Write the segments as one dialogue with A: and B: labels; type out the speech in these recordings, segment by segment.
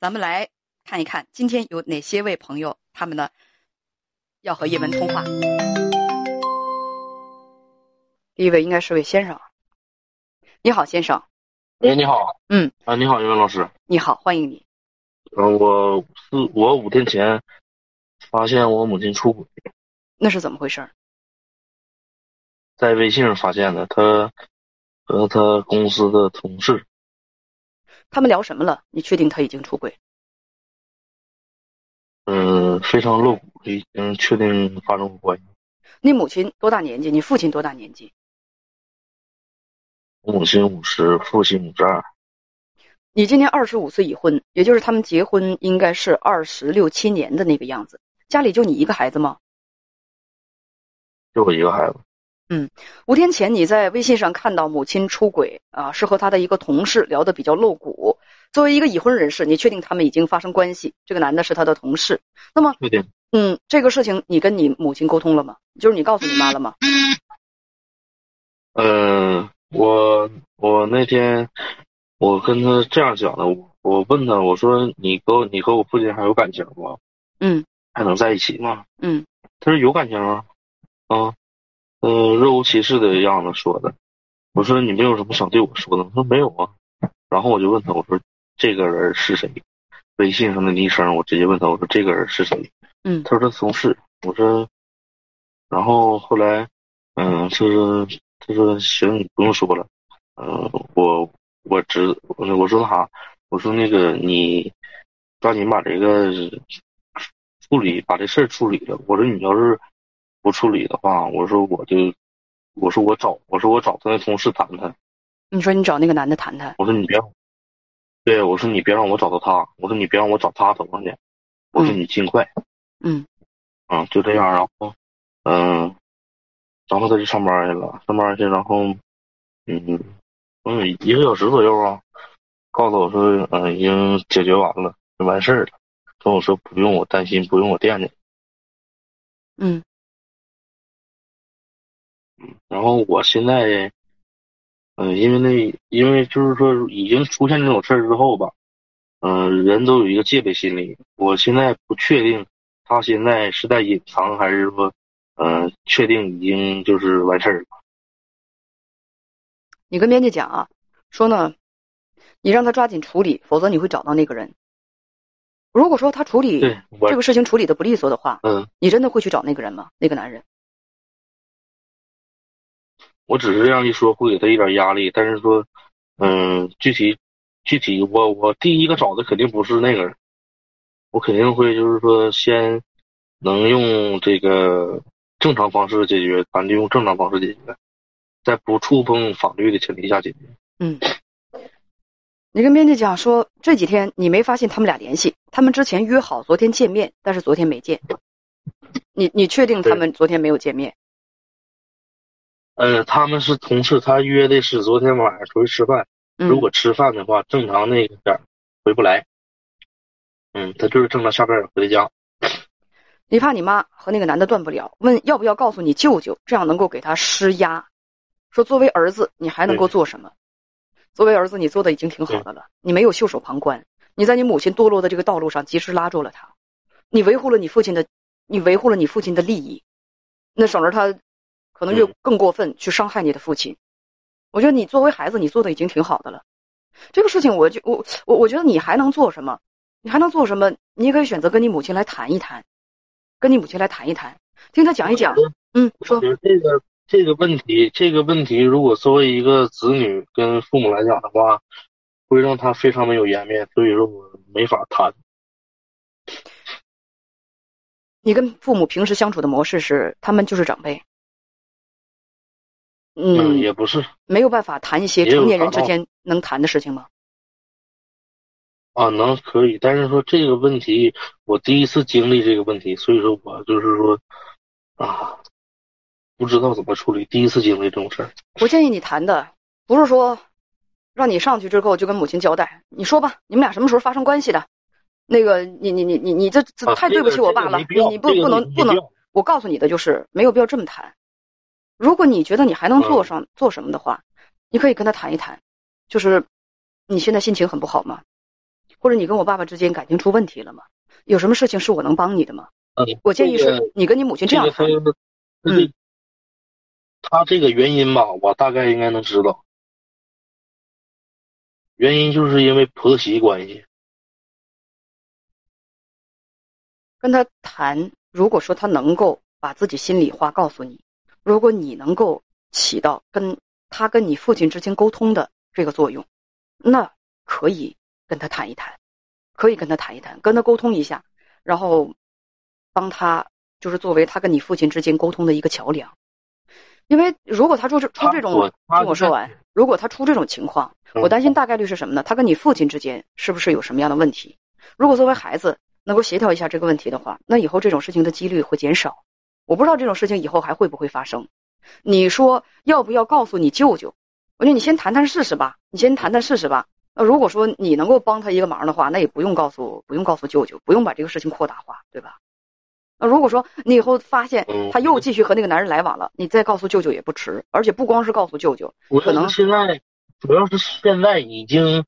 A: 咱们来看一看，今天有哪些位朋友，他们呢要和叶文通话？第一位应该是位先生，啊你好，先生，
B: 喂，哎你好，
A: 嗯，
B: 啊，你好，袁老师，
A: 你好，欢迎你。
B: 嗯，我是我五天前发现我母亲出轨，
A: 那是怎么回事儿？
B: 在微信上发现的，她和她公司的同事，
A: 他们聊什么了？你确定他已经出轨？
B: 嗯，非常露骨，已经确定发生关系。
A: 你母亲多大年纪？你父亲多大年纪？
B: 我母亲五十，父亲五十二，
A: 你今年二十五岁已婚，也就是他们结婚应该是二十六七年的那个样子。家里就你一个孩子吗？
B: 就我一个孩子。
A: 五天前你在微信上看到母亲出轨啊，是和她的一个同事聊得比较露骨。作为一个已婚人士，你确定他们已经发生关系？这个男的是他的同事。
B: 确定，
A: 嗯，这个事情你跟你母亲沟通了吗？就是你告诉你妈了吗？
B: 嗯，我我那天我跟她这样讲的，我我问她，我说你和我你和我父亲还有感情吗？
A: 嗯
B: 还能在一起吗？
A: 嗯，
B: 他说有感情啊，啊，呃，若无其事的样子说的。我说你没有什么想对我说的吗？他说没有啊。然后我就问他，我说这个人是谁？微信上的昵称，我直接问他，我说这个人是谁？
A: 嗯
B: 他说他同事。我说，然后后来，嗯、他说他说行，你不用说了，嗯、我我知，我说那啥，我说那个你抓紧把这个处理，把这事儿处理了。我说你要是不处理的话，我说我就，我说我找，我说我找他那同事谈谈。
A: 你说你找那个男的谈谈。
B: 我说你别，对我说你别让我找到他，我说你别让我找他头上去，我说你尽快，
A: 嗯
B: 啊，就这样，然后，嗯，然后他就上班去了，上班去，然后，嗯，嗯，一个小时左右啊，告诉我说，嗯，已经解决完了，就完事儿了，跟我说不用我担心，不用我惦记。
A: 嗯，
B: 然后我现在，嗯、因为那，因为就是说已经出现这种事儿之后吧，嗯、人都有一个戒备心理。我现在不确定他现在是在隐藏，还是说，嗯、确定已经就是完事儿了。
A: 你跟编辑讲啊，说呢，你让他抓紧处理，否则你会找到那个人。如果说他处理
B: 对我
A: 这，个事情处理的不利索的话，
B: 嗯、
A: 你真的会去找那个人吗？那个男人？
B: 我只是这样一说，会给他一点压力，但是说，嗯、具体具体我我第一个找的肯定不是那个人，我肯定会就是说先能用这个正常方式解决，咱就用正常方式解决，在不触碰法律的前提下解决。
A: 你跟编辑讲说，这几天你没发现他们俩联系，他们之前约好昨天见面，但是昨天没见。你你确定他们昨天没有见面？
B: 呃，他们是同事，他约的是昨天晚上出去吃饭，
A: 嗯
B: 如果吃饭的话，正常那个点儿回不来。嗯，他就是正常下班儿回的家。
A: 你怕你妈和那个男的断不了，问要不要告诉你舅舅，这样能够给他施压，说作为儿子你还能够做什么？作为儿子你做的已经挺好的了，你没有袖手旁观，你在你母亲堕落的这个道路上及时拉住了他，你维护了你父亲的，你维护了你父亲的利益，那省着他可能越
B: 嗯
A: 更过分去伤害你的父亲。我觉得你作为孩子你做的已经挺好的了，这个事情我就我我我觉得你还能做什么？你还能做什么？你也可以选择跟你母亲来谈一谈，跟你母亲来谈一谈，听她讲一讲
B: 我觉。得
A: 嗯，
B: 我
A: 说
B: 觉得这个这个问题，这个问题，如果作为一个子女跟父母来讲的话，会让他非常没有颜面，所以说我没法谈。
A: 你跟父母平时相处的模式是，他们就是长辈。嗯，
B: 也不是
A: 没有办法谈一些
B: 也有
A: 成年人
B: 达
A: 之
B: 到
A: 间能谈的事情吗？
B: 啊，能可以，但是说这个问题，我第一次经历这个问题，所以说我就是说，啊，不知道怎么处理，第一次经历这种事儿。
A: 我建议你谈的不是说让你上去之后就跟母亲交代，你说吧，你们俩什么时候发生关系的？那个，你你你你你这这
B: 啊
A: 太
B: 这
A: 对不
B: 个
A: 起我
B: 这个
A: 爸了，
B: 没必要
A: 你你不
B: 这个
A: 不能
B: 没
A: 不能
B: 必要，
A: 我告诉你的就是没有必要这么谈。如果你觉得你还能做
B: 嗯
A: 上、做什么的话，你可以跟他谈一谈，就是你现在心情很不好吗？或者你跟我爸爸之间感情出问题了吗？有什么事情是我能帮你的吗？
B: 嗯，
A: 我建议
B: 这
A: 是
B: 个
A: 你跟你母亲这样
B: 个他
A: 谈。
B: 要是他
A: 嗯
B: 这他这个原因吧，我大概应该能知道。原因就是因为婆媳关系，
A: 跟他谈，如果说他能够把自己心里话告诉你，如果你能够起到跟他跟你父亲之间沟通的这个作用，那可以跟他谈一谈，可以跟他谈一谈，跟他沟通一下，然后帮他就是作为他跟你父亲之间沟通的一个桥梁。因为如果他出这出这种，
B: 我他
A: 听我说完，如果他出这种情况，
B: 嗯
A: 我担心大概率是什么呢？他跟你父亲之间是不是有什么样的问题？如果作为孩子能够协调一下这个问题的话，那以后这种事情的几率会减少。我不知道这种事情以后还会不会发生。你说要不要告诉你舅舅？我觉得你先谈谈试试吧，你先谈谈试试吧。那如果说你能够帮他一个忙的话，那也不用告诉不用告诉舅舅，不用把这个事情扩大化，对吧？那如果说你以后发现
B: 嗯
A: 他又继续和那个男人来往了，你再告诉舅舅也不迟，而且不光是告诉舅舅，
B: 我
A: 可
B: 要
A: 能
B: 是现在，主要是现在已经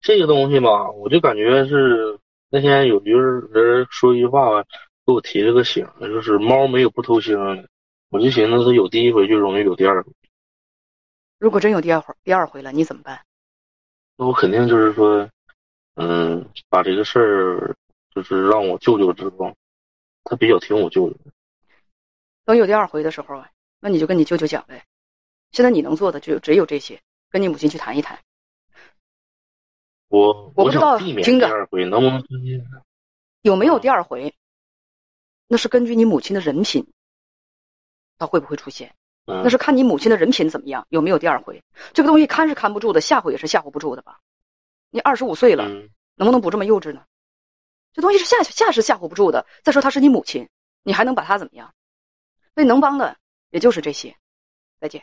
B: 这个东西吧，我就感觉是那天有一个人说一句话吧，给我提了个醒，就是猫没有不偷腥的。我就寻思，它有第一回就容易有第二回，
A: 如果真有第二回第二回了，你怎么办？
B: 那我肯定就是说，嗯，把这个事儿就是让我舅舅知道，他比较听我舅舅。
A: 等有第二回的时候啊，那你就跟你舅舅讲呗。现在你能做的只有只有这些，跟你母亲去谈一谈。
B: 我
A: 我不知道
B: 想避免
A: 听
B: 第
A: 着
B: 二回，能不能
A: 有
B: 哦
A: 没有第二回，那是根据你母亲的人品，它会不会出现？
B: 嗯
A: 那是看你母亲的人品怎么样，有没有第二回。这个东西看是看不住的，吓唬也是吓唬不住的吧？你二十五岁了，
B: 嗯
A: 能不能不这么幼稚呢？这东西是吓吓是吓唬不住的。再说她是你母亲，你还能把她怎么样？所以能帮的也就是这些。再见。